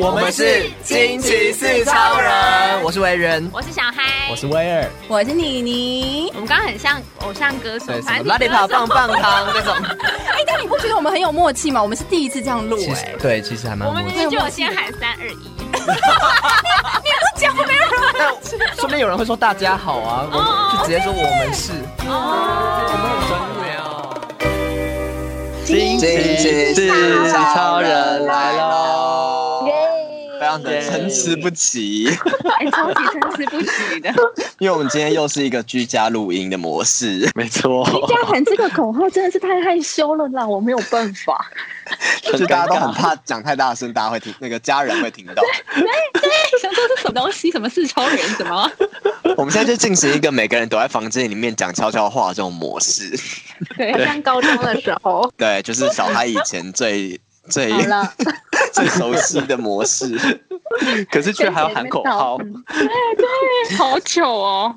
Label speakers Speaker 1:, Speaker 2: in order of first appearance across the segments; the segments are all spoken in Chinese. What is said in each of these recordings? Speaker 1: 我
Speaker 2: 们是惊奇四超人，我是维人，
Speaker 3: 我是小嗨，
Speaker 1: 我是威尔，
Speaker 4: 我是妮妮。
Speaker 3: 我们刚刚很像偶像歌手
Speaker 2: 对，，什
Speaker 3: 反
Speaker 2: 么
Speaker 3: 正
Speaker 2: 拉力跑棒棒糖那种，
Speaker 4: 哎，但你不觉得我们很有默契吗？我们是第一次这样录
Speaker 2: 其
Speaker 4: 哎
Speaker 2: 实。对，其实还蛮
Speaker 3: 我
Speaker 2: 默
Speaker 3: 们明
Speaker 2: 契。
Speaker 3: 明就有先喊三二一，
Speaker 2: 但说不定有人会说大家好啊，我们就直接说我们是，我们很专业哦。
Speaker 1: 惊
Speaker 5: 奇四超人来喽！
Speaker 6: 耶
Speaker 5: 非常的参差不齐，
Speaker 3: 哎，超级参差不齐的。
Speaker 5: 因为我们今天又是一个居家录音的模式。没错，
Speaker 6: 大喊这个口号真的是太害羞了啦，我没有办法。
Speaker 5: 就是大家都很怕讲太大声，大家会听那个家人会听到。
Speaker 6: 想说这什么东西？什么是超人？什么？
Speaker 5: 我们现在就进行一个每个人躲在房间里面讲悄悄话的这种模式。
Speaker 6: 对，上高中的时 候。
Speaker 5: 对，就是小孩以前最最
Speaker 6: 好了，
Speaker 5: 最熟悉的模式。
Speaker 1: 可是却还要喊口号，
Speaker 6: 好久哦。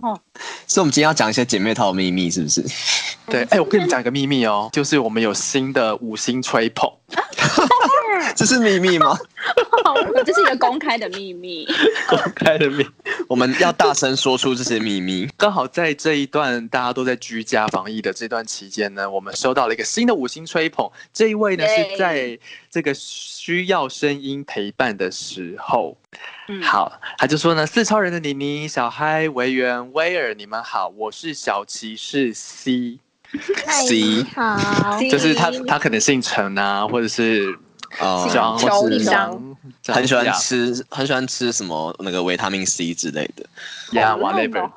Speaker 5: 所以我们今天要讲一些姐妹淘的秘密，是不是？
Speaker 1: 对，哎，我跟你们讲一个秘密哦，就是我们有新的五星吹 捧，
Speaker 5: 这是秘密吗？
Speaker 6: 好，这是一个公开的秘密。
Speaker 1: 公开的名，
Speaker 5: 我们要大声说出这些秘密。
Speaker 1: 刚好在这一段大家都在居家防疫的这段期间呢，我们收到了一个新的五星吹捧，这一位呢
Speaker 6: 对
Speaker 1: 是在这个需要声音陪伴的时候，
Speaker 6: 嗯
Speaker 1: 好，他就说呢，四超人的妮妮、小嗨、维园、威尔，你们好，我是小骑士 C，
Speaker 5: C
Speaker 6: 好，
Speaker 1: 就是他，他可能姓陈啊，或者是
Speaker 5: 哦
Speaker 1: 张，
Speaker 6: 姓
Speaker 1: 或者是
Speaker 6: 张
Speaker 1: 张，张
Speaker 5: 很喜欢
Speaker 1: 呀
Speaker 5: 吃，很喜欢吃什么那个维他命 C 之类的，
Speaker 1: 呀，whatever。
Speaker 6: 哦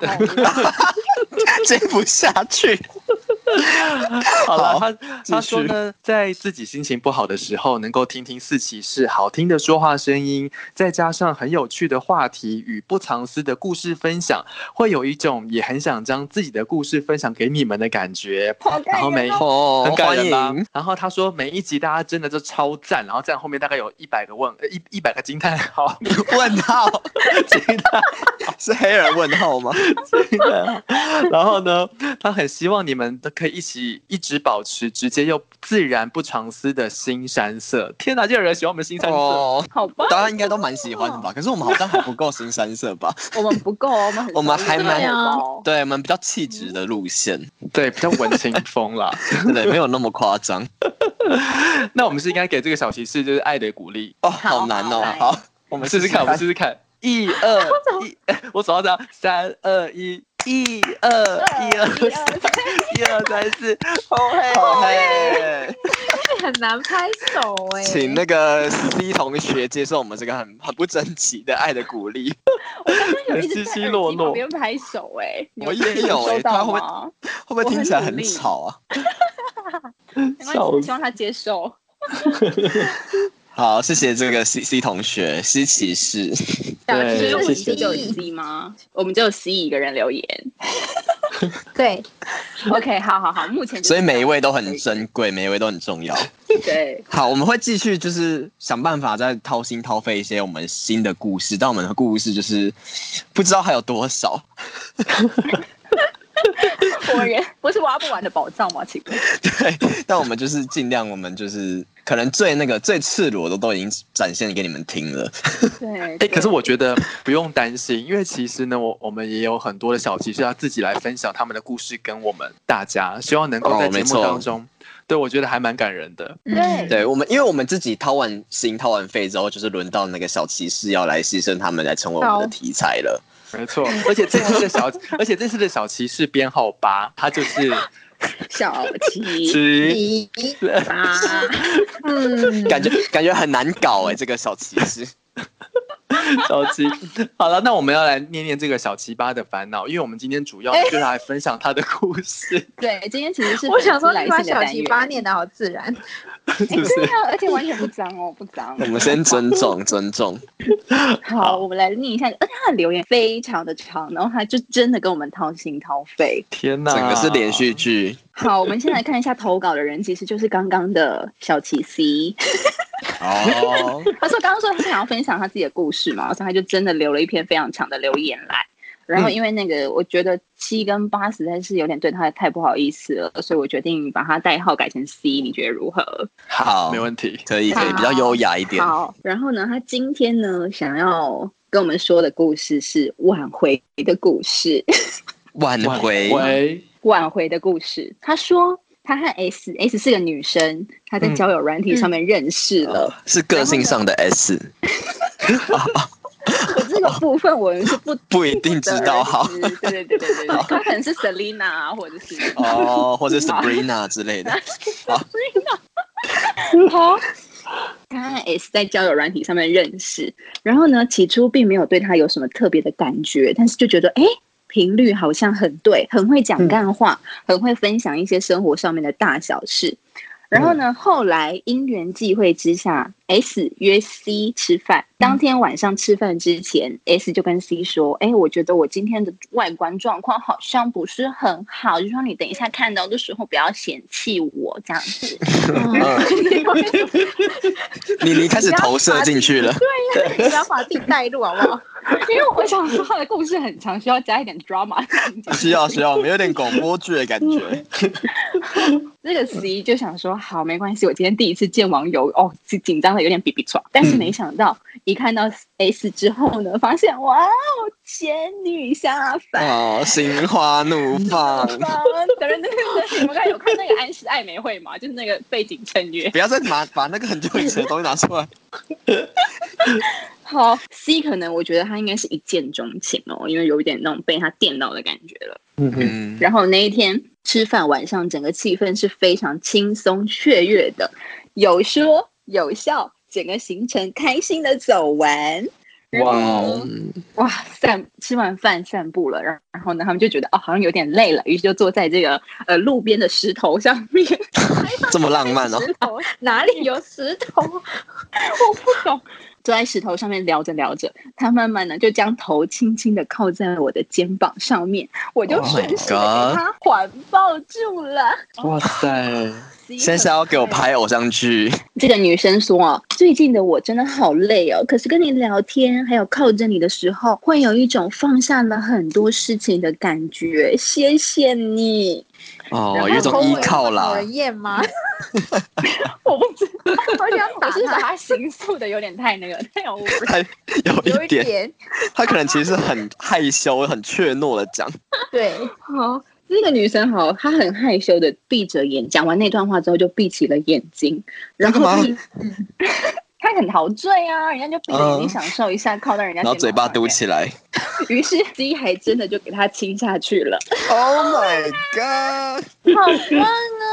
Speaker 5: 接不下去。
Speaker 1: 好了，
Speaker 5: 好
Speaker 1: 他
Speaker 5: 继
Speaker 1: 他说
Speaker 5: 续
Speaker 1: 呢，在自己心情不好的时候，能够听听四骑士好听的说话声音，再加上很有趣的话题与不藏私的故事分享，会有一种也很想将自己的故事分享给你们的感觉。然后每
Speaker 5: 哦
Speaker 1: 很感
Speaker 5: 欢
Speaker 1: 人吧
Speaker 5: 迎。？
Speaker 1: 然后他说每一集大家真的都超赞，然后赞后面大概有一百个问呃一一百个惊叹号，
Speaker 5: 问号
Speaker 1: 惊叹
Speaker 5: 是黑人问号吗？
Speaker 1: 啊然后呢，他很希望你们都可以一起一直保持直接又自然不藏私的新山色。天哪，就有人喜欢我们新山色。
Speaker 5: 哦，
Speaker 6: 好吧，
Speaker 5: 大家应该都蛮喜欢的吧？可是我们好像还不够新三色吧？
Speaker 6: 我们不够，我们很
Speaker 5: 我们还蛮
Speaker 6: 对啊
Speaker 5: 对，我们比较气质的路线，
Speaker 1: 对，比较文青风啦。
Speaker 5: 对，没有那么夸张。
Speaker 1: 那我们是应该给这个小骑士就是爱的鼓励，
Speaker 5: 哦，好难哦。
Speaker 6: 好
Speaker 5: 好，
Speaker 1: 我们试试看，我们试试看。一二一， 我数到这样，三二一，一二一二 三，一二三四，
Speaker 5: 好黑，好黑。
Speaker 3: 很难拍手哎
Speaker 5: 请那个 C 同学接受我们这个很很不争气的爱的鼓励。
Speaker 6: 有一直
Speaker 1: 很
Speaker 6: 在
Speaker 1: 稀稀
Speaker 6: 耳机
Speaker 1: 落落
Speaker 6: 旁边拍手哎，你
Speaker 5: 我也有哎
Speaker 6: 收到
Speaker 5: 他会
Speaker 6: 吗？
Speaker 5: 会不会听起来
Speaker 6: 我很努
Speaker 5: 很
Speaker 6: 力
Speaker 5: 吵啊？
Speaker 6: 没关系，希望他接受。
Speaker 5: 好，谢谢这个 C C 同学，西骑士。
Speaker 1: 对
Speaker 6: 就是我们
Speaker 1: 谢
Speaker 6: 就
Speaker 1: 谢
Speaker 6: 只有 C 吗？我们只有 C 一个人留言。
Speaker 3: 对，
Speaker 6: OK，好好好，目前就是
Speaker 5: 所以每一位都很珍贵，每一位都很重要。
Speaker 6: 对，
Speaker 5: 好，我们会继续就是想办法再掏心掏肺一些我们新的故事，但我们的故事就是不知道还有多少。
Speaker 6: 果然不是挖不完的宝藏吗？请问，
Speaker 5: 对，但我们就是尽量，我们就是可能最那个最赤裸的都已经展现给你们听了。
Speaker 6: 对，
Speaker 1: 哎、可是我觉得不用担心，因为其实呢，我我们也有很多的小骑士他自己来分享他们的故事跟我们大家，希望能够
Speaker 5: 哦
Speaker 1: 在节
Speaker 5: 没
Speaker 1: 目
Speaker 5: 错
Speaker 1: 当中，对我觉得还蛮感人 的。
Speaker 6: 对
Speaker 5: 对我们，因为我们自己掏完心、掏完肺之后，就是轮到那个小骑士要来牺牲他们来成为我们的题材了。
Speaker 1: 没 错，而且这次的小，而且这次的小骑士编号八，他 就是
Speaker 6: 小七
Speaker 1: 七，
Speaker 6: 八，
Speaker 3: 嗯，
Speaker 5: 感觉感觉很难搞哎、这个小骑士。
Speaker 1: 小七。好了，那我们要来念念这个小七八的烦恼，因为我们今天主要
Speaker 5: 哎
Speaker 1: 就是来分享他的故 事，
Speaker 6: 对，今天其实是
Speaker 3: 我想
Speaker 6: 粉
Speaker 3: 说
Speaker 6: 丝来
Speaker 3: 你把
Speaker 6: 信的
Speaker 3: 小
Speaker 6: 单
Speaker 3: 齐
Speaker 6: 元，
Speaker 3: 巴念的好自然，
Speaker 1: 是不
Speaker 6: 对
Speaker 1: 是？
Speaker 6: 啊，而且完全不脏哦，不 脏
Speaker 5: 我。们先尊重尊重，
Speaker 6: 好，我们来念一下，而且他的留言非常的长，然后他就真的跟我们掏心掏肺。
Speaker 1: 天哪，
Speaker 5: 整个是连续剧
Speaker 6: 好，我们先来看一下投稿的人，其实就是刚刚的小琪 C。
Speaker 5: 哦。
Speaker 6: 他说刚刚说他想要分享他自己的故事嘛，所以他就真的留了一篇非常长的留言来。然后因为那个，我觉得七跟八实在是有点对他太不好意思了，所以我决定把他代号改成 C，你觉得如何？
Speaker 5: 好
Speaker 1: 没问题。
Speaker 5: 可以可以，
Speaker 6: 好
Speaker 5: 比较优雅一点。
Speaker 6: 好，然后呢，他今天呢想要跟我们说的故事是挽回的故事。
Speaker 5: 挽嗯回，
Speaker 1: 喂，
Speaker 6: 挽回的故事。他说他和 S S 是个女生，她在交友软体上面认识了。
Speaker 5: 呃是个性上的 S，
Speaker 6: 我这个部分我们是不
Speaker 5: 不一定哦知道。好
Speaker 6: 不得而知对对对对对对，她可能是 Selina 啊或者是
Speaker 5: 哦，或者 Sabrina 之类的。
Speaker 6: 好。他和 S 在交友软体上面认识，然后呢，起初并没有对他有什么特别的感觉，但是就觉得哎。诶频率好像很对，很会讲干话，很会分享一些生活上面的大小事。然后呢，后来因缘际会之下，S 约 C 吃饭。当天晚上吃饭之前，S 就跟 C 说：“哎，我觉得我今天的外观状况好像不是很好，就说你等一下看到的时候不要嫌弃我这样子。”
Speaker 5: 嗯 你你开始投射进去了，
Speaker 3: 不要把自己带入好不好？
Speaker 6: 因为我想说他的故事很长，需要加一点 drama 情节。
Speaker 5: 需要需要，我们有点广播剧的感 觉。
Speaker 6: 这个 C 就想说，好，没关系，我今天第一次见网友，哦，紧紧张的有点比比抓。但是没想到，一看到 S 之后呢，发现哇哦，仙女下凡。
Speaker 5: 哦，心花怒放，
Speaker 6: 等等等等，你们刚才有看那个安室爱美惠吗？就是那个背景衬乐。
Speaker 5: 不要再拿把那个很久以前的东西拿出来。
Speaker 6: 好，C 可能我觉得他应该是一见钟情哦，因为有一点那种被他电到的感觉了。
Speaker 1: 嗯嗯，
Speaker 5: 嗯，
Speaker 6: 然后那一天吃饭，晚上整个气氛是非常轻松雀跃的，有说有笑，整个行程开心的走完。
Speaker 1: 哇
Speaker 6: 哦！哇，散吃完饭散步了，然然后呢，他们就觉得哦，好像有点累了，于是就坐在这个呃路边的石头上面。
Speaker 5: 这么浪漫哦，
Speaker 6: 石头，
Speaker 3: 哪里有石头？
Speaker 6: 我不懂。坐在石头上面聊着聊着，他慢慢的就将头轻轻的靠在我的肩膀上面，我就
Speaker 5: Oh my
Speaker 6: 顺势地被他环抱住了。
Speaker 1: 哇塞，
Speaker 5: 现在是要给我拍偶像剧，
Speaker 6: 这个女生说：“哦，最近的我真的好累哦，可是跟你聊天，还有靠着你的时候，会有一种放下了很多事情的感觉。谢谢你，
Speaker 5: 哦，有一种依靠啦
Speaker 3: 讨。人厌吗？
Speaker 6: 我不知道，
Speaker 3: 好想打
Speaker 6: 我 是把
Speaker 3: 他，
Speaker 6: 她形塑的有点太那个太有污染。
Speaker 5: 他有
Speaker 3: 有
Speaker 5: 一
Speaker 3: 一
Speaker 5: 点，
Speaker 3: 点
Speaker 5: 他可能其实很害羞、很怯懦的讲，
Speaker 3: 对，
Speaker 6: 好，哦这个女生好，她很害羞的闭着眼，讲完那段话之后就闭起了眼睛，然后
Speaker 5: 干
Speaker 6: 她
Speaker 5: 嘛
Speaker 6: 嗯 她很陶醉啊，人家就闭着眼睛
Speaker 5: 嗯
Speaker 6: 享受一下，靠到人家
Speaker 5: 然后
Speaker 6: 肩
Speaker 5: 嘴
Speaker 6: 膀
Speaker 5: 巴
Speaker 6: 上
Speaker 5: 嘟
Speaker 6: 面。
Speaker 5: 起来。
Speaker 6: 于是 C 还真的就给她亲下去了。
Speaker 5: Oh my god！
Speaker 3: 好棒啊！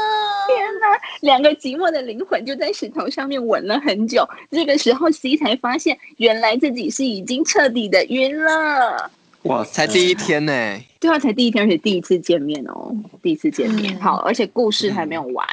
Speaker 6: 天呐，两个寂寞的灵魂就在石头上面吻了很久。这个时候，C 才发现，原来自己是已经彻底的晕了。
Speaker 1: 哇，
Speaker 5: 才第一天呢、
Speaker 6: 对啊，才第一天，而且第一次见面哦，第一次见面。
Speaker 3: 嗯
Speaker 6: 好，而且故事还没有完。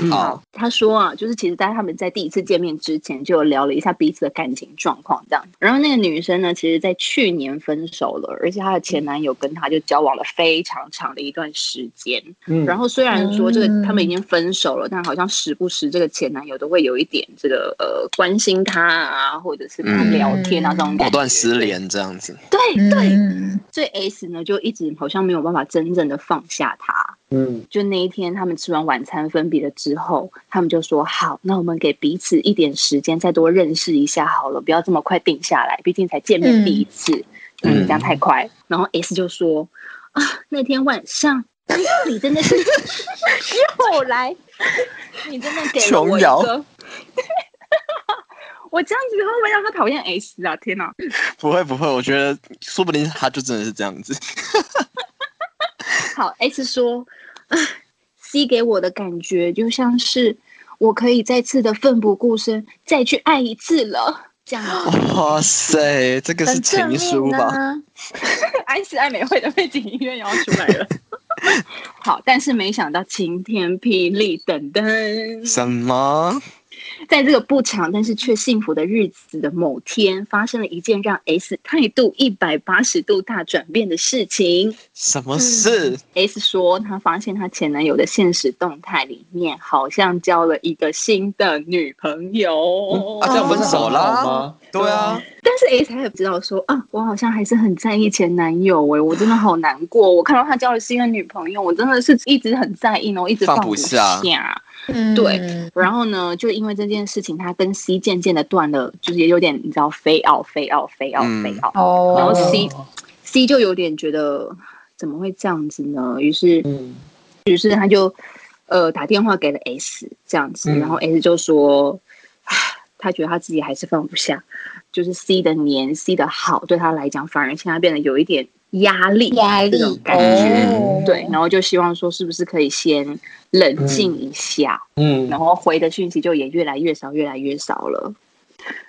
Speaker 5: 嗯好，
Speaker 6: 他说啊，就是其实在他们在第一次见面之前就有聊了一下彼此的感情状况这样。然后那个女生呢，其实在去年分手了，而且她的前男友跟她就交往了非常长的一段时间。
Speaker 1: 嗯
Speaker 6: 然后虽然说这个
Speaker 3: 嗯
Speaker 6: 他们已经分手了，但好像时不时这个前男友都会有一点这个呃关心她啊，或者是跟她
Speaker 5: 嗯
Speaker 6: 聊天啊、这种感觉。
Speaker 5: 藕断丝连这样子。
Speaker 6: 对对，
Speaker 3: 嗯
Speaker 6: 所以 S 呢就一直好像没有办法真正的放下他。
Speaker 1: 嗯，
Speaker 6: 就那一天他们吃完晚餐分别了之后，他们就说好，那我们给彼此一点时间，再多认识一下好了，不要这么快定下来，毕竟才见面
Speaker 3: 嗯
Speaker 6: 第一次，
Speaker 5: 嗯
Speaker 6: 嗯，这样太快。然后 S 就说啊，那天晚上。哎你真的是
Speaker 3: 后来
Speaker 6: 你真的给了我一
Speaker 5: 琼
Speaker 6: 个。 我这样子会不会让他讨厌 S 啊？天哪！
Speaker 5: 不会不会，我觉得说不定他就真的是这样子。
Speaker 6: 好，S 说唉，C 给我的感觉就像是我可以再次的奋不顾身再去爱一次了。这样子，
Speaker 5: 哇塞，这个是
Speaker 3: 很正
Speaker 5: 情书
Speaker 3: 面
Speaker 5: 吧？
Speaker 3: 啊，
Speaker 6: 安室爱美惠的背景音乐也要出来 了。好，但是没想到晴天霹雳，等等
Speaker 5: 什么？
Speaker 6: 在这个不长但是却幸福的日子的某天，发生了一件让 S 态度一百八十度大转变的事情。
Speaker 5: 什么事？
Speaker 6: S 说，她发现她前男友的现实动态里面，好像交了一个新的女朋友。哦
Speaker 5: 啊，这样分手
Speaker 2: 好
Speaker 5: 啦？
Speaker 2: 吗？
Speaker 5: 对啊，
Speaker 6: 但是 S 还有知道说啊，我好像还是很在意前男友诶、我真的好难过。我看到他交了新的女朋友，我真的是一直很在意，然哦后一直
Speaker 5: 放
Speaker 6: 不
Speaker 5: 不下
Speaker 3: 嗯
Speaker 6: 对然后呢，就因为这件事情，他跟 C 渐渐的断了，就是也有点你知道非傲非傲非傲
Speaker 5: 嗯
Speaker 6: 非傲，
Speaker 4: 哦
Speaker 6: 然后 C C 就有点觉得怎么会这样子呢？于是
Speaker 2: 嗯，
Speaker 6: 于是他就呃打电话给了 S 这样子，
Speaker 2: 嗯
Speaker 6: 然后 S 就说，唉他觉得他自己还是放不下，就是 C 的黏 C 的好对他来讲，反而现在变得有一点压力，
Speaker 3: 压力哦
Speaker 6: 这种感觉。
Speaker 5: 嗯
Speaker 6: 对，然后就希望说，是不是可以先冷静一下，
Speaker 2: 嗯
Speaker 6: 然后回的讯息就也越来越少，越来越少了。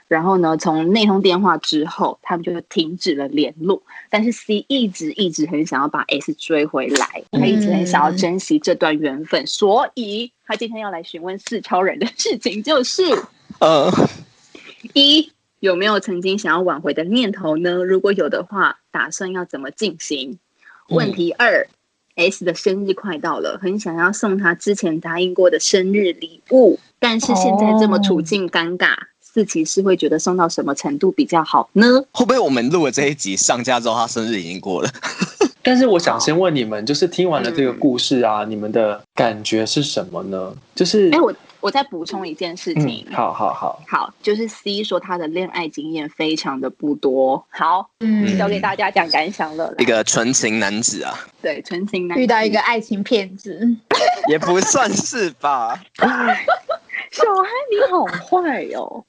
Speaker 6: 然后呢，从那通电话之后，他们就停止了联络。但是 C 一直一直很想要把 S 追回来，他一直很想要珍惜这段缘分，所以他今天要来询问四超人的事情，就是
Speaker 5: 呃，
Speaker 6: 一有没有曾经想要挽回的念头呢？如果有的话，打算要怎么进行？
Speaker 5: 嗯
Speaker 6: 问题二、s 的生日快到了，很想要送他之前答应过的生日礼物，但是现在这么处境尴尬，
Speaker 5: 哦
Speaker 6: 四骑士会觉得送到什么程度比较好呢？
Speaker 5: 会不会我们录了这一集上架之后，他生日已经过了？
Speaker 2: 但是我想先问你们，就是听完了这个故事啊，你们的感觉是什么呢？就是
Speaker 6: 哎、，我我再补充一件事情
Speaker 2: 嗯，，好好好，
Speaker 6: 好，就是 C 说他的恋爱经验非常的不多，好，
Speaker 3: 嗯
Speaker 5: 嗯，
Speaker 6: 交给大家讲感想了啦，
Speaker 5: 一个纯情男子啊，
Speaker 6: 对纯情男
Speaker 3: 遇到一
Speaker 6: 子
Speaker 3: 个爱情骗子，
Speaker 5: 也不算是吧？
Speaker 6: 小孩，你好坏哦！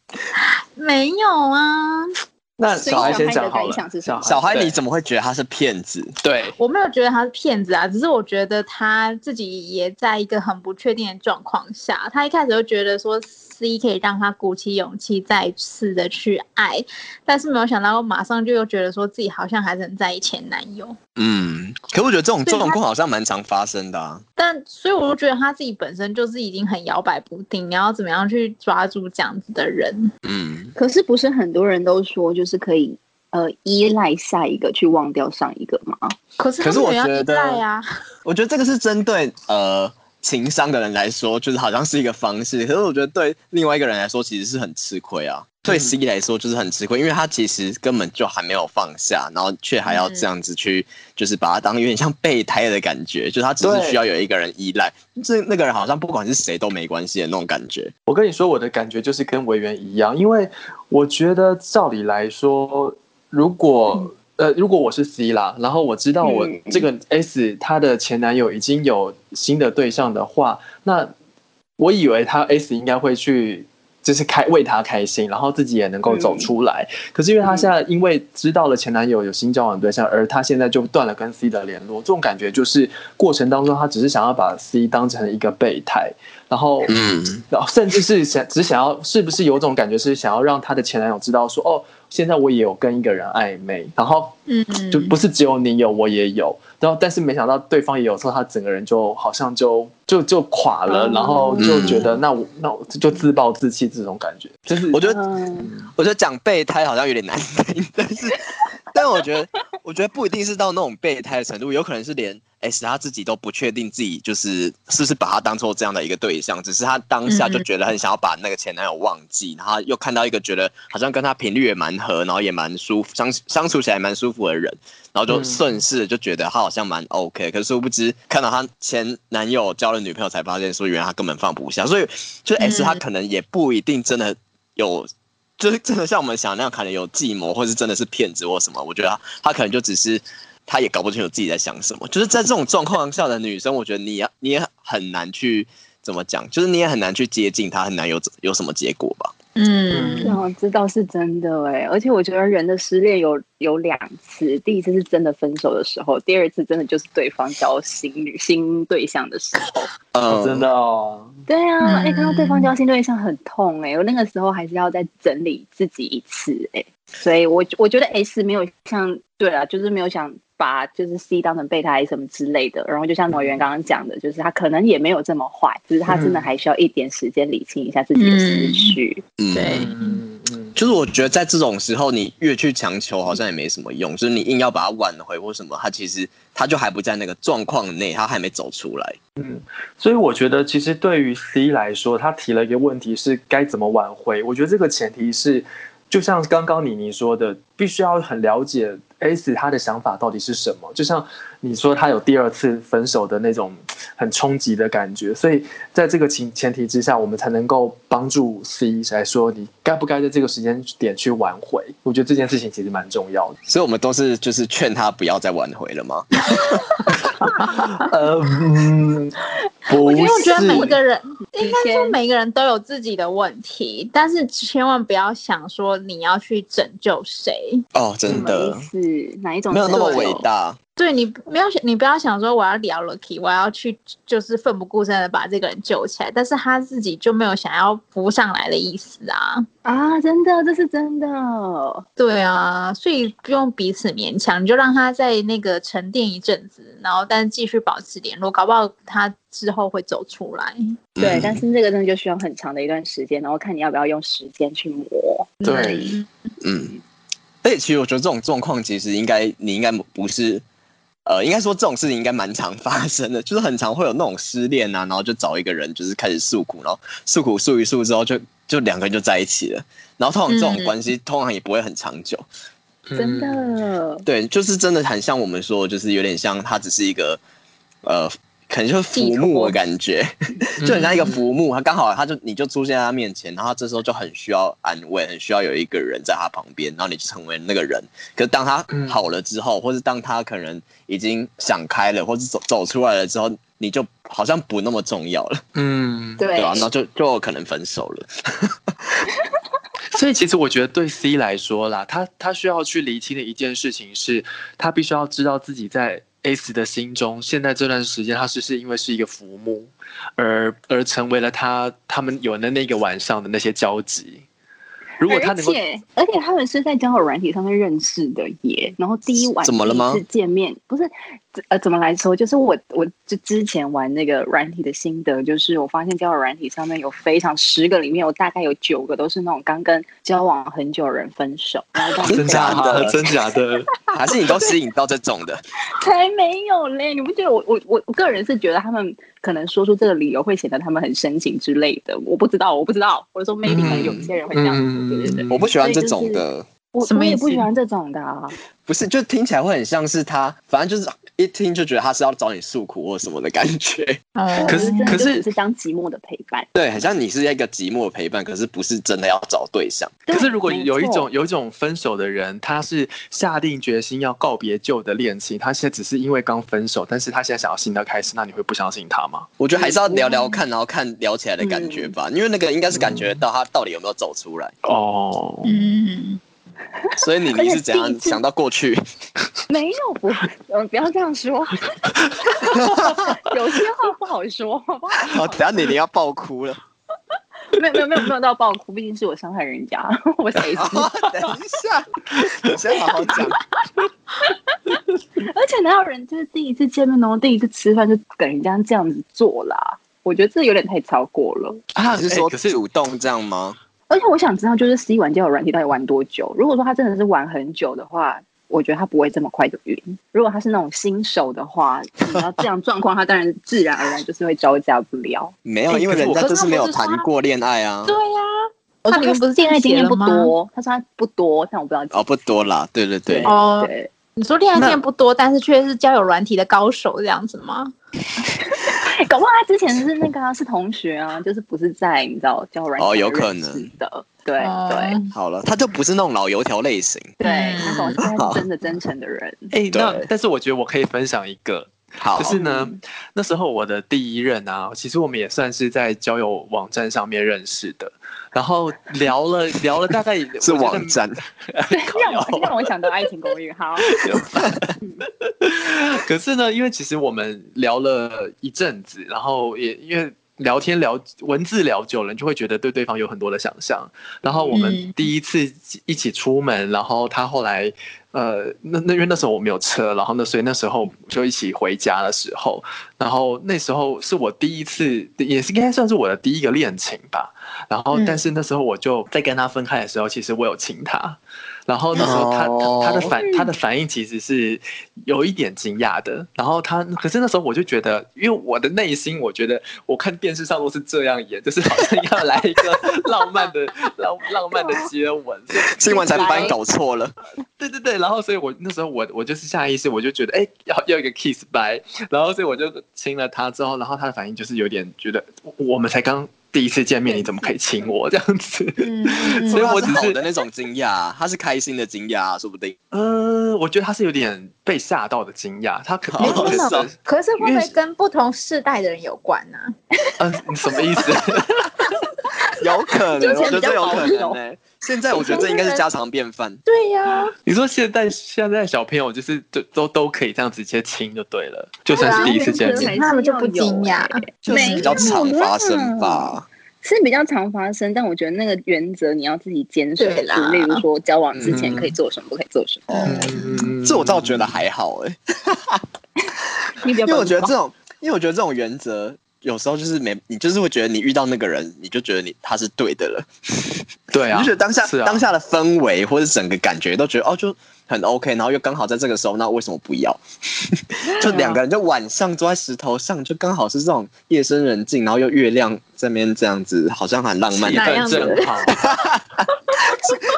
Speaker 3: 没有啊，
Speaker 1: 那
Speaker 6: 所以
Speaker 1: 小孩
Speaker 6: 小
Speaker 1: 先
Speaker 6: 孩
Speaker 1: 讲
Speaker 6: 的
Speaker 1: 好
Speaker 6: 感
Speaker 1: 了
Speaker 6: 想是，什么
Speaker 5: 小孩
Speaker 1: 对
Speaker 5: 你怎么会觉得他是骗子？
Speaker 1: 对，
Speaker 3: 我没有觉得他是骗子啊，只是我觉得他自己也在一个很不确定的状况下，他一开始就觉得说 C 可以让他鼓起勇气再次的去爱，但是没有想到马上就又觉得说自己好像还是很在意前男友，
Speaker 5: 嗯，可我觉得这种
Speaker 3: 对他
Speaker 5: 状况好像蛮常发生的啊。
Speaker 3: 但所以我就觉得他自己本身就是已经很摇摆不定，你要怎么样去抓住这样子的人？
Speaker 5: 嗯，
Speaker 6: 可是不是很多人都说，就是可以呃依赖下一个去忘掉上一个吗？
Speaker 3: 可是
Speaker 5: 可
Speaker 3: 他
Speaker 5: 是
Speaker 3: 们
Speaker 5: 我
Speaker 3: 也要
Speaker 5: 觉
Speaker 3: 依
Speaker 5: 得
Speaker 3: 赖啊，
Speaker 5: 我觉得这个是针对呃情商的人来说，就是好像是一个方式，可是我觉得对另外一个人来说其实是很吃亏啊。对 C 来说就是很吃亏，因为他其实根本就还没有放下，然后却还要这样子去，就是把他当有点像备胎的感觉，就是他只是
Speaker 1: 对
Speaker 5: 需要有一个人依赖，这那个人好像不管是谁都没关系的那种感觉。
Speaker 1: 我跟你说，我的感觉就是跟委员一样，因为我觉得照理来说，如果呃，如果我是 C 啦，然后我知道我
Speaker 6: 嗯
Speaker 1: 这个 S 她的前男友已经有新的对象的话，那我以为他 S 应该会去就是开为他开心，然后自己也能够
Speaker 6: 嗯
Speaker 1: 走出来。可是因为她现在因为知道了前男友有新交往对象，而她现在就断了跟 C 的联络，这种感觉就是过程当中，她只是想要把 C 当成一个备胎，然后
Speaker 5: 嗯，
Speaker 1: 然后哦甚至是想只想要，是不是有种感觉是想要让她的前男友知道说，哦，现在我也有跟一个人暧昧，然后
Speaker 3: 嗯，
Speaker 1: 就不是只有你有，我也有。然后但是没想到对方也有时候，他整个人就好像就就就垮了，
Speaker 6: 哦
Speaker 1: 然后就觉得那我那我就自暴自弃这种感觉，就是
Speaker 5: 我觉得
Speaker 6: 嗯，
Speaker 5: 我觉得讲备胎好像有点难听，但是， 但我觉得，我觉得不一定是到那种备胎的程度，有可能是连 S 他自己都不确定自己就是是不是把他当做这样的一个对象，只是他当下就觉得很想要把那个前男友忘记，然后又看到一个觉得好像跟他频率也蛮合，然后也蛮舒服，相相处起来蛮舒服的人，然后就
Speaker 1: 嗯
Speaker 5: 顺势就觉得他好像蛮 OK，、可是殊不知看到她前男友交了女朋友，才发现说原来他根本放不下，所以就是 S 他可能也不一定真的有，就是真的像我们想的那样，可能有计谋，或是真的是骗子或什么。我觉得他他可能就只是他也搞不清楚自己在想什么。就是在这种状况下的女生，我觉得你也你也很难去怎么讲，就是你也很难去接近她，很难有有什么结果吧。
Speaker 3: 嗯
Speaker 6: 哦，这倒是真的哎，而且我觉得人的失恋有有两次，第一次是真的分手的时候，第二次真的就是对方交新女新对象的时候。
Speaker 5: 嗯
Speaker 1: 真的哦。
Speaker 6: 对啊，哎、
Speaker 3: 嗯
Speaker 6: 看到对方交新对象很痛哎、我那个时候还是要再整哎理自己一次哎、所以我我觉得 S 没有像对啊，就是没有想把就是 C 当成备胎什么之类的。然后就像某员刚刚讲的，就是他可能也没有这么坏，就是他真的还需要一点时间理清一下自己的思绪。
Speaker 5: 嗯，
Speaker 3: 对，
Speaker 1: 嗯嗯
Speaker 5: 就是我觉得在这种时候，你越去强求好像也没什么用，就是你硬要把它挽回或什么，他其实他就还不在那个状况内，他还没走出来。
Speaker 1: 嗯，所以我觉得其实对于 C 来说，他提了一个问题是该怎么挽回。我觉得这个前提是，就像刚刚妮妮说的，必须要很了解 S 他的想法到底是什么。就像你说他有第二次分手的那种很冲击的感觉，所以在这个前前提之下，我们才能够帮助 C 来说你该不该在这个时间点去挽回。我觉得这件事情其实蛮重要的。
Speaker 5: 所以我们都是就是劝他不要再挽回了吗？
Speaker 1: 呃， 嗯，不
Speaker 3: 因为我觉得
Speaker 1: 是
Speaker 3: 每一个人，
Speaker 6: 你
Speaker 3: 应该说
Speaker 6: 先
Speaker 3: 每一个人都有自己的问题，但是千万不要想说你要去拯救谁。
Speaker 5: 哦，
Speaker 6: 什
Speaker 5: 真
Speaker 6: 么
Speaker 5: 的
Speaker 6: 意思？哪一种
Speaker 5: 没有那么伟
Speaker 6: 大？
Speaker 5: 大。
Speaker 3: 对你不要想，你不要想说我要聊 Lucky，我要去就是奋不顾身的把这个人救起来，但是他自己就没有想要浮上来的意思啊。
Speaker 6: 啊，真的，这是真的。
Speaker 3: 对啊，所以不用彼此勉强，你就让他在那个沉淀一阵子，然后但是继续保持联络，搞不好他之后会走出来。
Speaker 6: 对，
Speaker 5: 嗯
Speaker 6: 但是这个真的就需要很长的一段时间，然后看你要不要用时间去磨。
Speaker 1: 对。
Speaker 5: 嗯，而且其实我觉得这种状况，其实应该你应该不是，呃，应该说这种事情应该蛮常发生的，就是很常会有那种失恋啊，然后就找一个人就是开始诉苦，然后诉苦诉一诉之后就，就两个人就在一起了。然后通常这种
Speaker 3: 嗯
Speaker 5: 关系、通常也不会很长久，
Speaker 6: 真的，
Speaker 5: 对，就是真的很像我们说，就是有点像它只是一个呃，可能就是浮
Speaker 6: 寄
Speaker 5: 木
Speaker 6: 托
Speaker 5: 的感觉，
Speaker 6: 嗯
Speaker 5: 就很像一个浮木，他刚好他就你就出现在他面前，然后他这时候就很需要安慰，很需要有一个人在他旁边，然后你就成为那个人。可是当他
Speaker 1: 嗯
Speaker 5: 好了之后，或是当他可能已经想开了，或是走走出来了之后，你就好像不那么重要了，
Speaker 1: 嗯，
Speaker 6: 对
Speaker 5: 对吧、啊然后就就可能分手了。
Speaker 1: 所以其实我觉得对 C 来说啦，他他需要去厘清的一件事情是，他必须要知道自己在 S 的心中，现在这段时间他是是因为是一个浮木，而而成为了他他们有的那个晚上的那些交集。如果他
Speaker 6: 而
Speaker 1: 能够，
Speaker 6: 且而且他们是在交友软体上面认识的耶，然后第一晚
Speaker 5: 怎么了吗
Speaker 6: 第一次见面不是呃怎么来说？就是我我就之前玩那个软体的心得，就是我发现交友软体上面有非常十个里面有大概有九个都是那种刚跟交往很久的人分手，然后
Speaker 5: 真
Speaker 6: 这
Speaker 5: 假
Speaker 6: 样
Speaker 5: 的
Speaker 1: 真假 的，
Speaker 5: 还是你都吸引到这种的？
Speaker 6: 嗯才没有嘞！你不觉得我我我我个人是觉得他们可能说出这个理由会显得他们很深情之类的，我不知道，我不知道。我说 maybe
Speaker 1: 嗯
Speaker 6: 可能有些人会这样子，
Speaker 3: 嗯
Speaker 6: 对对对，
Speaker 5: 我不喜欢这种
Speaker 6: 所以就
Speaker 5: 的。
Speaker 6: 我
Speaker 3: 什么
Speaker 6: 我也
Speaker 3: 意思
Speaker 6: 不喜欢这种的、啊。
Speaker 5: 不是，就听起来会很像是他，反正就是一听就觉得他是要找你诉苦或什么的感觉。
Speaker 3: 哦
Speaker 1: 可是
Speaker 6: 真的
Speaker 1: 可
Speaker 6: 就是只是当寂寞的陪伴。
Speaker 5: 对，很像你是一个寂寞的陪伴，可是不是真的要找对象。
Speaker 1: 可是如果
Speaker 6: 对
Speaker 1: 有一
Speaker 6: 没错
Speaker 1: 种有一种分手的人，他是下定决心要告别旧的恋情，他现在只是因为刚分手，但是他现在想要新的开始，那你会不相信他吗？
Speaker 5: 我觉得还是要聊聊看，然后看聊起来的感觉吧，因为那个应该是感觉到他到底有没有走出来。
Speaker 1: 哦，
Speaker 3: 嗯，
Speaker 5: 所以你你是怎
Speaker 6: 而且
Speaker 5: 样
Speaker 6: 第一次
Speaker 5: 想到过去？
Speaker 6: 没有不，嗯，不要这样说， 有些话不好说，好不好
Speaker 5: 好，？哦等下你你要爆哭了。
Speaker 6: 没有没有没有没有到爆哭，毕竟是我伤害人家，我 谁知道？
Speaker 5: 等一下，你先好好讲。
Speaker 6: 而且哪有人就是第一次见面，然后第一次吃饭就跟人家这样子做啦？我觉得这有点太超过了。
Speaker 1: 啊
Speaker 5: 你是说
Speaker 1: 可是
Speaker 5: 主动这样吗？
Speaker 6: 而且我想知道，就是 C 玩交友软体到底玩多久？如果说他真的是玩很久的话，我觉得他不会这么快就晕。如果他是那种新手的话，你要这样状况，他当然自然而然就是会招架不了。
Speaker 5: 没有，
Speaker 1: 哎
Speaker 5: 因为
Speaker 1: 可是
Speaker 5: 人
Speaker 1: 我
Speaker 5: 家就是没有
Speaker 3: 可是他不是
Speaker 5: 谈
Speaker 3: 说
Speaker 5: 过恋爱啊
Speaker 3: 对。呀、
Speaker 6: 我
Speaker 3: 他
Speaker 6: 说
Speaker 3: 里面不是
Speaker 6: 恋爱经验
Speaker 3: 这
Speaker 6: 不
Speaker 3: 样写了吗？
Speaker 6: 多，他说他不多，但我不知道几
Speaker 5: 哦，不多啦，对对对
Speaker 6: 对。
Speaker 3: 哦
Speaker 6: 对，
Speaker 3: 你说恋爱
Speaker 1: 那
Speaker 3: 经验不多，但是却是交友软体的高手这样子吗？
Speaker 6: 哎搞不好他之前是那个啊、是同学啊，就是不是在你知道交友软体
Speaker 5: 哦
Speaker 6: 上
Speaker 5: 有可
Speaker 6: 认识
Speaker 5: 能
Speaker 6: 的，对
Speaker 3: 哦
Speaker 6: 对
Speaker 5: 好了，他就不是那种老油条类型。
Speaker 6: 对，
Speaker 3: 嗯
Speaker 6: 那种现在是真的真诚的人，
Speaker 1: 哎、那
Speaker 5: 对
Speaker 1: 但是我觉得我可以分享一个，
Speaker 5: 好嗯
Speaker 1: 就，是呢，那时候我的第一任啊，其实我们也算是在交友网站上面认识的，然后聊了聊了大概
Speaker 5: 是网，站。
Speaker 6: 对，让我让我想到《爱情公寓》 好，
Speaker 1: 我觉得可是呢，因为其实我们聊了一阵子，然后也因为。聊天聊文字聊久了，你就会觉得对对方有很多的想象。然后我们
Speaker 3: 嗯
Speaker 1: 第一次一起出门，然后他后来呃，那那因为那时候我没有车，然后呃那所以那时候就一起回家的时候，然后那时候是我第一次，也是应该算是我的第一个恋情吧。然后
Speaker 3: 嗯
Speaker 1: 但是那时候我就在跟他分开的时候，其实我有亲他，然后那时候他、
Speaker 5: 哦
Speaker 1: 他他的反他的反应其实是有一点惊讶的。然后他可是那时候我就觉得，因为我的内心我觉得我看电视上都是这样演，就是好像要来一个浪漫的浪浪漫的接吻，所以
Speaker 5: 新闻才把你搞错了，
Speaker 1: 对对对，然后所以我那时候我我就是下意识我就觉得哎、要要一个 kiss 拜，然后所以我就亲了他之后，然后他的反应就是有点觉得我我们才刚第一次见面，你怎么可以亲我这样子？
Speaker 3: 嗯嗯
Speaker 1: 所以
Speaker 3: 嗯，
Speaker 1: 我只
Speaker 5: 是
Speaker 1: 是
Speaker 5: 好的那种惊讶，他是开心的惊讶，说不定。
Speaker 1: 呃，我觉得他是有点被吓到的惊讶，他可能
Speaker 5: 哦
Speaker 1: 觉
Speaker 3: 真的
Speaker 1: 得
Speaker 3: 哦可是会不
Speaker 1: 因为
Speaker 3: 会
Speaker 1: 是
Speaker 3: 跟不同世代的人有关呢、
Speaker 1: 嗯、你什么意思？
Speaker 5: 有可能，我觉得这有可
Speaker 6: 以前比
Speaker 5: 能
Speaker 6: 较保守
Speaker 5: 呢、现在我觉得这应该是家常便饭。
Speaker 3: 对呀、
Speaker 1: 你说现在现在小朋友就是都都都可以这样直接亲就对了，就算是第一次见
Speaker 6: 对啊
Speaker 1: 面，
Speaker 3: 那他们就不惊讶。
Speaker 6: 欸
Speaker 5: 就是比较常发生吧。
Speaker 6: 是比较常发生，但我觉得那个原则你要自己坚守
Speaker 3: 对啦
Speaker 6: 住。例如说，交往之
Speaker 5: 嗯
Speaker 6: 前可以做什么，不可以做什么。
Speaker 5: 哦，
Speaker 1: 嗯
Speaker 5: 这我倒觉得还好哎、
Speaker 6: 你比较
Speaker 5: 因为我觉得这种，因为我觉得这种原则。有时候就是没，你就是会觉得你遇到那个人，你就觉得你他是对的了，
Speaker 1: 对
Speaker 5: 你
Speaker 1: 啊
Speaker 5: 就觉，得当下、
Speaker 1: 是啊
Speaker 5: 当下的氛围或者整个感觉都觉得哦就很 OK，然后又刚好在这个时候，那为什么不要？ 就两个人就晚上坐在石头上，就刚好是这种夜深人静，然后又月亮这边这样子，好像很浪漫
Speaker 1: 气
Speaker 5: 的
Speaker 3: 哪样
Speaker 1: 氛
Speaker 3: 子
Speaker 1: 正好。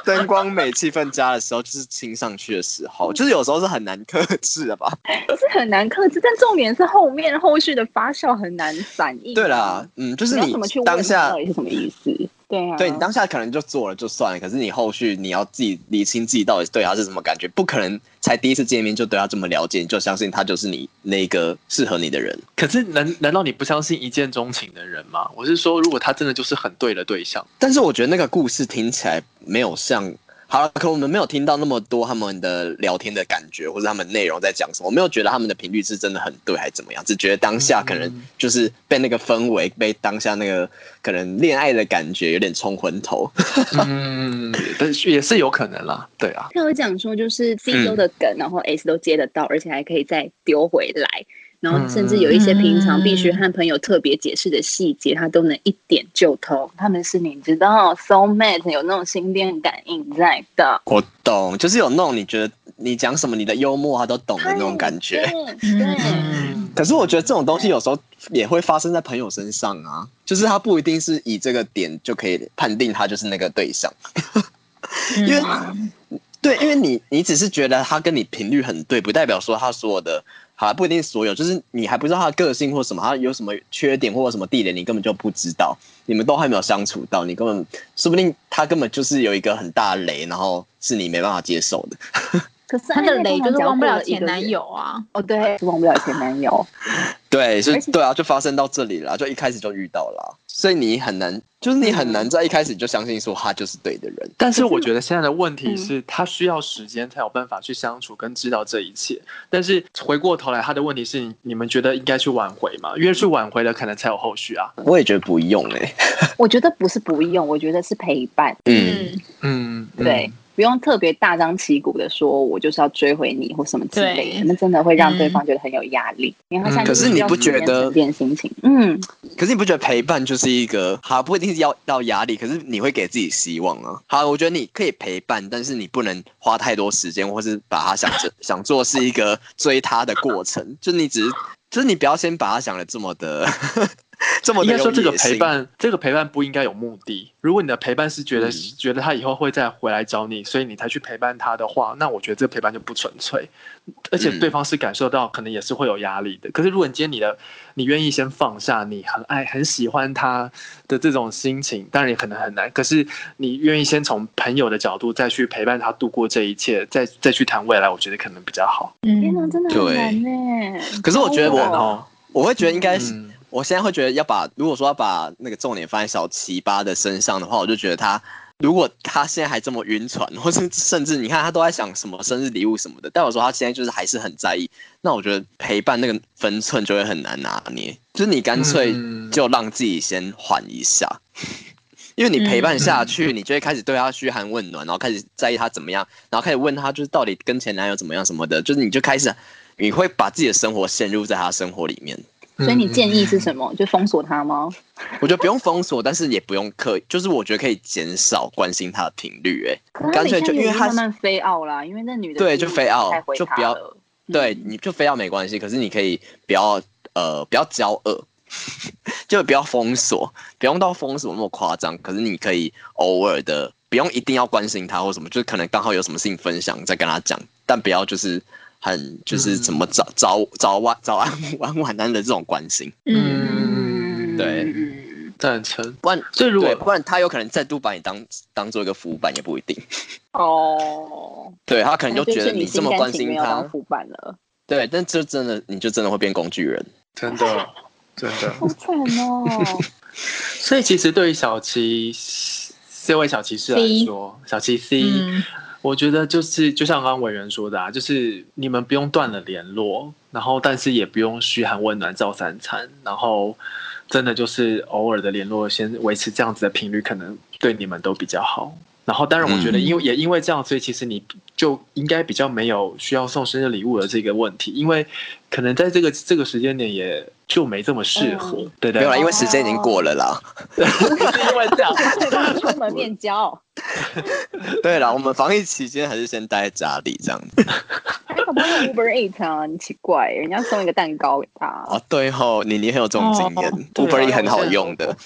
Speaker 5: 灯光美、气氛佳的时候，就是亲上去的时候，就是有时候是很难克制的吧。
Speaker 6: 是很难克制，但重点是后面后续的发酵很难反应。
Speaker 5: 对啦，，嗯，就是
Speaker 6: 你要
Speaker 5: 你
Speaker 6: 怎么去问
Speaker 5: 当
Speaker 6: 他
Speaker 5: 下
Speaker 6: 到，底是什么意思？对啊，
Speaker 5: 对你当下可能就做了就算了，可是你后续你要自己理清自己到底对他是什么感觉，不可能才第一次见面就对他这么了解，你就相信他就是你那个适合你的人。
Speaker 1: 可是难难道你不相信一见钟情的人吗？我是说，如果他真的就是很对的对象，
Speaker 5: 但是我觉得那个故事听起来没有像。好了，可我们没有听到那么多他们的聊天的感觉，或者他们内容在讲什么。我没有觉得他们的频率是真的很对，还是怎么样，只觉得当下可能就是被那个氛围，被当下那个可能恋爱的感觉有点冲昏头。
Speaker 1: 嗯，但是也是有可能啦，对啊，
Speaker 6: 他有讲说，就是
Speaker 5: 嗯
Speaker 6: C 周的梗，然后 S 都接得到，而且还可以再丢回来。然
Speaker 5: 嗯
Speaker 6: 后甚至有一些平常必须和朋友特别解释的细节，他都能一点就通。他们是你知道 soul mate 有那种心电感应在的，
Speaker 5: 我懂，就是有那种你觉得你讲什么，你的幽默他都懂的那种感觉。
Speaker 6: 对。对
Speaker 1: 嗯，
Speaker 5: 可是我觉得这种东西有时候也会发生在朋友身上啊，就是他不一定是以这个点就可以判定他就是那个对象，
Speaker 3: 嗯
Speaker 5: 因为、对，因为你你只是觉得他跟你频率很对，不代表说他所有的好啦不一定所有，就是你还不知道他的个性或什么，他有什么缺点或者什么地雷，你根本就不知道，你们都还没有相处到，你根本说不定他根本就是有一个很大的雷，然后是你没办法接受的。
Speaker 6: 可是
Speaker 3: 他的雷就是忘不了前男
Speaker 6: 友。
Speaker 3: 友啊。
Speaker 6: 哦，对，忘不了前男友。
Speaker 5: 对，是
Speaker 6: 而且
Speaker 5: 对啊，就发生到这里了，就一开始就遇到了，所以你很难，就是你很
Speaker 6: 嗯
Speaker 5: 难在一开始就相信说他就是对的人。
Speaker 1: 但是我嗯觉得现在的问题是，他需要时间才有办法去相处跟知道这一切。但是回过头来，他的问题是，你们觉得应该去挽回吗？因为去挽回了，可能才有后续啊。
Speaker 5: 我也觉得不用哎、
Speaker 6: 我觉得不是不用，我觉得是陪伴。
Speaker 5: 嗯，
Speaker 3: 嗯，
Speaker 1: 嗯，嗯
Speaker 6: 对，，不用特别大张旗鼓的说我就是要追回你或什么之类的，
Speaker 3: 对嗯
Speaker 6: 那真的会让对方觉得很有压力。因为他现在
Speaker 1: 可
Speaker 5: 嗯是你不觉得
Speaker 6: 变心情？嗯，
Speaker 5: 可是你不觉得陪伴就是一个，好不一定是要到压力，可是你会给自己希望啊。好，我觉得你可以陪伴，但是你不能花太多时间，或是把它想着想做是一个追他的过程，就你只是，就是你不要先把他想的这么的。 这么
Speaker 1: 应
Speaker 5: 的
Speaker 1: 该说
Speaker 5: 有
Speaker 1: 这个
Speaker 5: 野
Speaker 1: 陪
Speaker 5: 心
Speaker 1: 伴，这个陪伴不应该有目的。如果你的陪伴是觉得、
Speaker 5: 嗯
Speaker 1: 觉得他以后会再回来找你，所以你才去陪伴他的话，那我觉得这个陪伴就不纯粹，而且
Speaker 5: 嗯
Speaker 1: 对方是感受到可能也是会有压力的。可是如果你今天你的你愿意先放下你很爱很喜欢他的这种心情，当然也可能很难。可是你愿意先从朋友的角度再去陪伴他度过这一切，再再去谈未来，我觉得可能比较好。
Speaker 6: 天哪，
Speaker 3: 嗯，
Speaker 6: 真的很
Speaker 5: 对
Speaker 6: 难呢。哦
Speaker 5: 可是我觉得
Speaker 6: 好
Speaker 5: 我
Speaker 1: 然
Speaker 6: 难
Speaker 1: 后，
Speaker 5: 我会觉得应
Speaker 6: 哎
Speaker 5: 该是，
Speaker 1: 哦嗯
Speaker 5: 我现在会觉得要把，如果说要把那个重点放在小七八的身上的话，我就觉得他如果他现在还这么晕船，或是甚至你看他都在想什么生日礼物什么的，但我说他现在就是还是很在意，那我觉得陪伴那个分寸就会 很难拿捏，就是你干脆
Speaker 1: 嗯
Speaker 5: 就让自己先缓一下。因因为你陪伴下去，你就会开始对他嘘寒问暖，然后开始在意他怎么样，然后开始问他就是到底跟前男友怎么样什么的，就是你就开始你会把自己的生活陷入在他生活里面。
Speaker 6: 所
Speaker 1: 嗯
Speaker 6: 以你建
Speaker 5: 嗯
Speaker 6: 议是什么？就封锁他吗？
Speaker 5: 我觉得不用封锁，但是也不用刻意，就是我觉得可以减少关心他的频率、欸。哎，干脆就因为他
Speaker 6: 慢慢飞奥啦，因为那女的
Speaker 5: 对就飞奥
Speaker 6: 太回
Speaker 5: 就
Speaker 6: 他
Speaker 5: 不要
Speaker 6: 了
Speaker 5: 对，
Speaker 6: 嗯
Speaker 5: 你就非要没关系，可是你可以不要呃不要骄傲， 就不要封锁，不用到封锁那么夸张，可是你可以偶尔的，不用一定要关心他或什么，就可能刚好有什么事情分享再跟他讲，但不要就是很就是怎么早早早晚早安晚晚安的这种关心，
Speaker 6: 嗯，
Speaker 5: 对
Speaker 6: 嗯
Speaker 1: 赞成。
Speaker 5: 不然
Speaker 1: 所以如
Speaker 5: 对，
Speaker 1: 果
Speaker 5: 不然他有可能再度把你当当做一个浮板也不一定，
Speaker 6: 哦，
Speaker 5: 对他可能就觉
Speaker 6: 是
Speaker 5: 得
Speaker 6: 你
Speaker 5: 这么
Speaker 6: 心甘
Speaker 5: 关
Speaker 6: 情
Speaker 5: 心
Speaker 6: 愿要当
Speaker 5: 他，
Speaker 6: 副板了，
Speaker 5: 对，但就真的你就真的会变工具人。
Speaker 1: 真的，真的。
Speaker 6: 好惨 哦。
Speaker 1: 所以其实对于小琪这位小骑士来说，小琪 C，、
Speaker 3: 嗯
Speaker 1: 我觉得就是就像刚刚委员说的啊，就是你们不用断了联络，然后但是也不用嘘寒问暖照三餐，然后真的就是偶尔的联络，先维持这样子的频率，可能对你们都比较好。然后，当然，我觉得
Speaker 5: 嗯
Speaker 1: 因为、也因为这样，所以其实你就应该比较没有需要送生日礼物的这个问题，因为可能在这个这个时间点也就没这么适合，对不对
Speaker 5: 没有啦，？
Speaker 3: 哦
Speaker 5: 因为时间已经过了啦。
Speaker 1: 因为这样，
Speaker 6: 出门面交，
Speaker 5: 对啦，我们防疫期间还是先待在家里这样子。
Speaker 6: 他怎么会用 Uber Eat 啊？你奇怪，人家送一个蛋糕给他，
Speaker 5: 哦，对吼，你你很有这种经验、
Speaker 3: 哦
Speaker 1: 对
Speaker 5: u
Speaker 1: 啊
Speaker 5: b e r 也很好用的。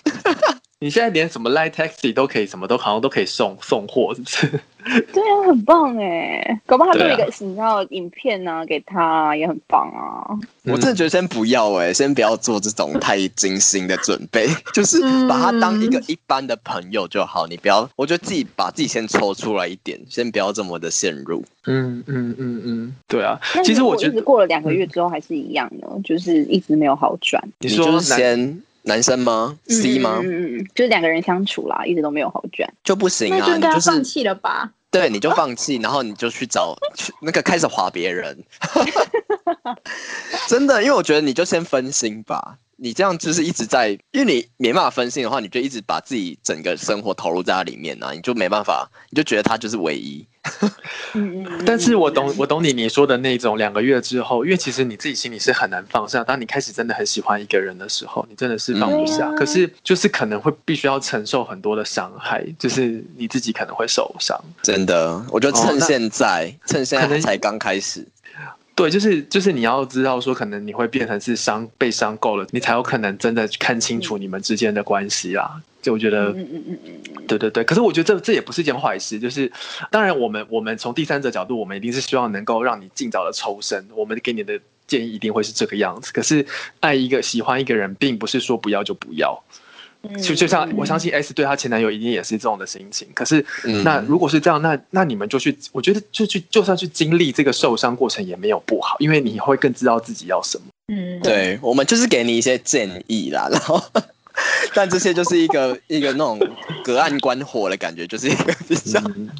Speaker 1: 你现在连什么 Line Taxi 都可以，什么都好像都可以送送货，是不是？
Speaker 6: 对啊，很棒哎，搞不好他录
Speaker 1: 对啊
Speaker 6: 一个你知道影片啊给他，也很棒啊。
Speaker 5: 我真的觉得先不要哎、先不要做这种太精心的准备，就是把他当
Speaker 3: 嗯
Speaker 5: 一个一般的朋友就好。你不要，我觉得自己把自己先抽出来一点，先不要这么的陷入。
Speaker 1: 嗯嗯嗯嗯，对啊
Speaker 6: 那。
Speaker 1: 其实
Speaker 6: 如
Speaker 1: 我
Speaker 6: 果
Speaker 1: 觉
Speaker 6: 一直嗯
Speaker 1: 得
Speaker 6: 过了两个月之后还是一样呢，就是一直没有好转。
Speaker 1: 你
Speaker 5: 就
Speaker 1: 说
Speaker 5: 是
Speaker 1: 男
Speaker 5: 先男生吗？C 吗？
Speaker 6: 嗯嗯嗯，就是两个人相处啦，一直都没有好转。
Speaker 5: 就不行
Speaker 3: 那
Speaker 5: 啊，
Speaker 3: 就
Speaker 5: 你
Speaker 3: 应该
Speaker 5: 就
Speaker 3: 放
Speaker 5: 是
Speaker 3: 弃了吧？
Speaker 5: 对，你就放弃，然后你就去找去那个开始划别人， 真的，因为我觉得你就先分心吧。你这样就是一直在，因为你没办法分心的话，你就一直把自己整个生活投入在它里面啊呢、你就没办法，你就觉得它就是唯一。
Speaker 6: 嗯嗯嗯
Speaker 1: 但是我懂，我懂你你说的那种两个月之后，因为其实你自己心里是很难放下。当你开始真的很喜欢一个人的时候，你真的是放不下。
Speaker 6: 嗯
Speaker 1: 可是就是可能会必须要承受很多的伤害，就是你自己可能会受伤。
Speaker 5: 真的，我觉得
Speaker 1: 哦
Speaker 5: 趁
Speaker 1: 那
Speaker 5: 现在，趁现
Speaker 1: 可
Speaker 5: 在
Speaker 1: 能
Speaker 5: 才刚开始，
Speaker 1: 对，就是就是你要知道说，可能你会变成是伤被伤够了，你才有可能真的看清楚你们之间的关系啦。就我觉
Speaker 5: 呃
Speaker 1: 得，
Speaker 6: 嗯嗯嗯嗯嗯，
Speaker 1: 对对对，可是我觉得这这也不是一件坏事，就是当然我们我们从第三者角度，我们一定是希望能够让你尽早的抽身，我们给你的建议一定会是这个样子。可是爱一个喜欢一个人，并不是说不要就不要，
Speaker 6: 嗯
Speaker 1: 就就像我相信 S 对她前男友一定也是这种的心情。可是
Speaker 5: 嗯
Speaker 1: 那如果是这样，那那你们就去，我觉得就去就算去经历这个受伤过程也没有不好，因为你会更知道自己要什么。
Speaker 3: 嗯，
Speaker 5: 对我们就是给你一些建议啦，然后。 但这些就是一个一个那种隔岸观火的感觉，就是一个比较
Speaker 1: 嗯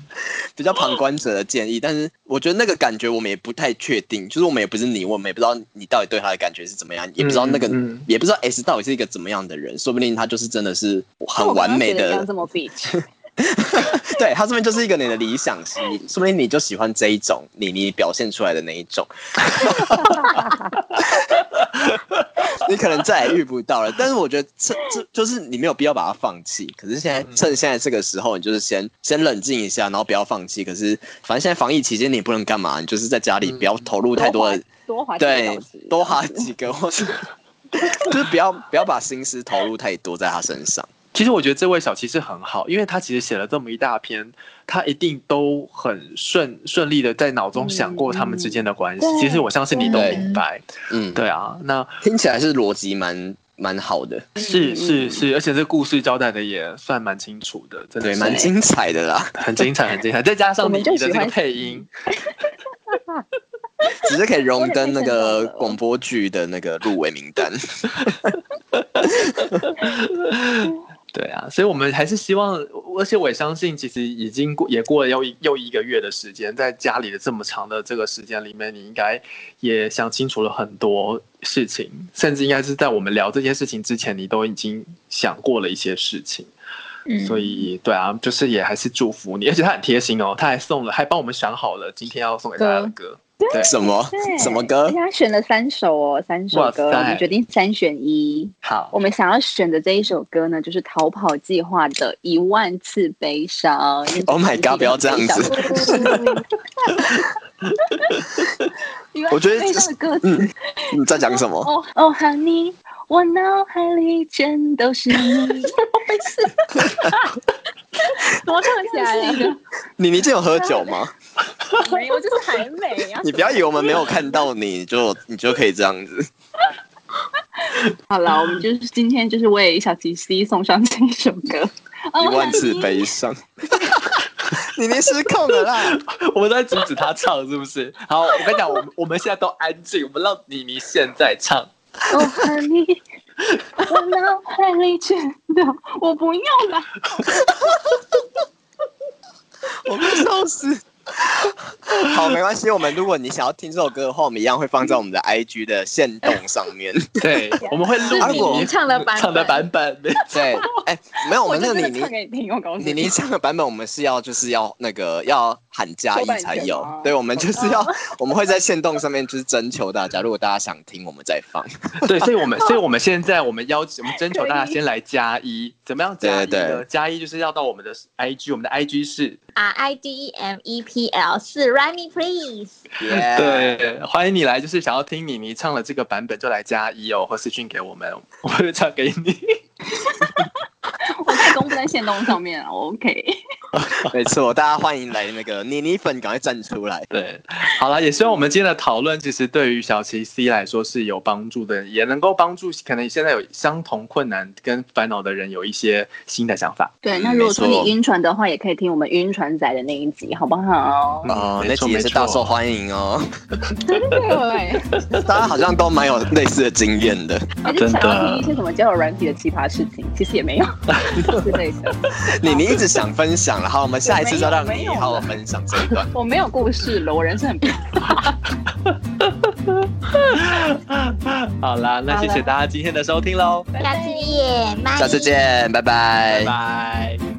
Speaker 5: 比较旁观者的建议，但是我觉得那个感觉我们也不太确定，就是我们也不是你，我们也不知道你到底对他的感觉是怎么样，也不知道那个，
Speaker 1: 嗯嗯
Speaker 5: 也不知道 S 到底是一个怎么样的人，说不定他就是真的是很
Speaker 6: 我刚
Speaker 5: 完
Speaker 6: 刚
Speaker 5: 美
Speaker 6: 觉得你刚
Speaker 5: 的
Speaker 6: 刚，这么 bitch，
Speaker 5: 对他这边就是一个你的理想型，说不定你就喜欢这一种，你你表现出来的那一种， 你可能再也遇不到了。但是我觉得趁这就是你没有必要把它放弃，可是现在趁现在这个时候，你就是先先冷静一下，然后不要放弃。可是反正现在防疫期间你也不能干嘛，你就是在家里不要投入太多的，
Speaker 6: 多花几个
Speaker 5: 对
Speaker 6: 小时，，
Speaker 5: 多花几个或是就是不要不要把心思投入太多在他身上。
Speaker 1: 其实我觉得这位小骑士很好，因为他其实写了这么一大篇，他一定都很顺顺利的在脑中想过他们之间的关系。
Speaker 6: 嗯
Speaker 1: 其实我相信你都
Speaker 5: 对
Speaker 1: 明白，
Speaker 5: 嗯，，
Speaker 1: 对啊，那
Speaker 5: 听起来是逻辑蛮蛮好的，
Speaker 1: 是
Speaker 6: 嗯
Speaker 1: 是是，而且这故事交代的也算蛮清楚的，真的
Speaker 5: 对，
Speaker 1: 是
Speaker 5: 蛮精彩的 啦。
Speaker 1: 很精彩，很精彩。再加上你
Speaker 6: 我们就
Speaker 1: 你的这
Speaker 6: 喜
Speaker 1: 个
Speaker 6: 欢
Speaker 1: 配音，
Speaker 5: 只是可以荣登那
Speaker 6: 我也
Speaker 5: 个
Speaker 6: 被劝到了
Speaker 5: 广播剧的那个入围名单。
Speaker 1: 对啊，所以我们还是希望，而且我也相信，其实已经过也过了又一又一个月的时间，在家里的这么长的这个时间里面，你应该也想清楚了很多事情，甚至应该是在我们聊这些事情之前，你都已经想过了一些事情。
Speaker 3: 嗯
Speaker 1: 所以对啊，就是也还是祝福你，而且他很贴心哦，他还送了，还帮我们想好了今天要送给大家的歌。对，
Speaker 5: 什么
Speaker 6: 对
Speaker 5: 什么歌
Speaker 6: 而且？他选了三首哦，三首
Speaker 1: 哇
Speaker 6: 歌，
Speaker 1: 塞
Speaker 6: 我们决定三选一。
Speaker 1: 好
Speaker 6: 我，们想要选的这一首歌呢，就是《逃跑计划》的《一万次悲伤》。
Speaker 5: Oh my god，不要这样子
Speaker 6: 一万
Speaker 5: 我觉
Speaker 6: 次
Speaker 5: 得
Speaker 6: 悲
Speaker 5: 这
Speaker 6: 伤
Speaker 5: 是
Speaker 6: 的歌词。
Speaker 5: 嗯，你在讲什么？
Speaker 6: 哦哦，Honey，我脑海里全都是你。
Speaker 3: 怎么唱起来了？
Speaker 5: 你你今天有喝酒吗？
Speaker 6: 没有，就是还美啊
Speaker 5: 你不要以为我们没有看到你，就你就可以这样子。
Speaker 6: 好了，我们就是今天就是为小琪 C 送上这一首歌。哦
Speaker 5: 一万次悲伤。 你你失控了啦！
Speaker 1: 我们在阻止他唱是不是？好，我跟你讲，我们我们现在都安静，我们让妮妮现在唱。
Speaker 6: 哦，Honey，我脑海里全都，我不要了。
Speaker 5: 我快笑死。好，没关系。我们如果你想要听这首歌的话，我们一样会放在我们的 IG 的线动上面。
Speaker 1: 对，我们会
Speaker 5: 啊如
Speaker 1: 录
Speaker 5: 果
Speaker 1: 妮妮
Speaker 3: 唱的版本
Speaker 1: 唱的版本， 没错
Speaker 5: 对，哎、没有，我
Speaker 6: 我
Speaker 5: 们那
Speaker 6: 就
Speaker 5: 个
Speaker 6: 真的
Speaker 5: 你
Speaker 6: 唱
Speaker 5: 你
Speaker 6: 给你听，我告诉
Speaker 5: 你你唱的版本，我们是要就是要那个要喊加一才
Speaker 6: 收版权
Speaker 5: 有
Speaker 6: 吗。哦
Speaker 5: 对，我们就是要我们会在线动上面就是征求大家，如果大家想听，我们再放。
Speaker 1: 对，所以我们所以我们现在我们邀请我们征求大家
Speaker 6: 可以
Speaker 1: 先来加一，怎么样加一
Speaker 5: 对对
Speaker 1: 呢？
Speaker 5: 对
Speaker 1: 加一就是要到我们的 IG，我们的 IG 是
Speaker 3: R I D E M E P L 四 r a m e Please。
Speaker 5: Yeah
Speaker 1: 对，欢迎你来，就是想要听妮妮唱了这个版本就来加一哦，或私讯给我们，我们会唱给你。
Speaker 6: 我在公布在线动上面啊，OK。
Speaker 5: 没错，大家欢迎来那个妮妮粉，赶快站出来。
Speaker 1: 对，好了，也希望我们今天的讨论，其实对于小琪 C 来说是有帮助的，也能够帮助可能现在有相同困难跟烦恼的人有一些新的想法。
Speaker 6: 对，
Speaker 5: 嗯
Speaker 6: 那如果说
Speaker 5: 没
Speaker 6: 你
Speaker 5: 错
Speaker 6: 晕船的话，也可以听我们晕船仔的那一集，好不 好？
Speaker 5: 哦，
Speaker 1: 嗯没
Speaker 5: 那
Speaker 1: 错
Speaker 5: 集也是
Speaker 1: 没错
Speaker 5: 大受欢迎哦，
Speaker 6: 对，
Speaker 5: 大家好像都蛮有类似的经验的。
Speaker 6: 还是想要听一些什么交友软体的奇葩事情，其实也 没有之类的。
Speaker 5: 你你一直想分享了，好，我们下一次就让
Speaker 6: 我没
Speaker 5: 你
Speaker 6: 有没有
Speaker 5: 好好分享这一段。
Speaker 6: 我没有故事了，我人生很平
Speaker 1: 好啦，那谢谢大家今天的收听喽，
Speaker 3: 下次见，拜
Speaker 5: 下次见，拜
Speaker 1: 拜
Speaker 5: 拜
Speaker 1: 拜。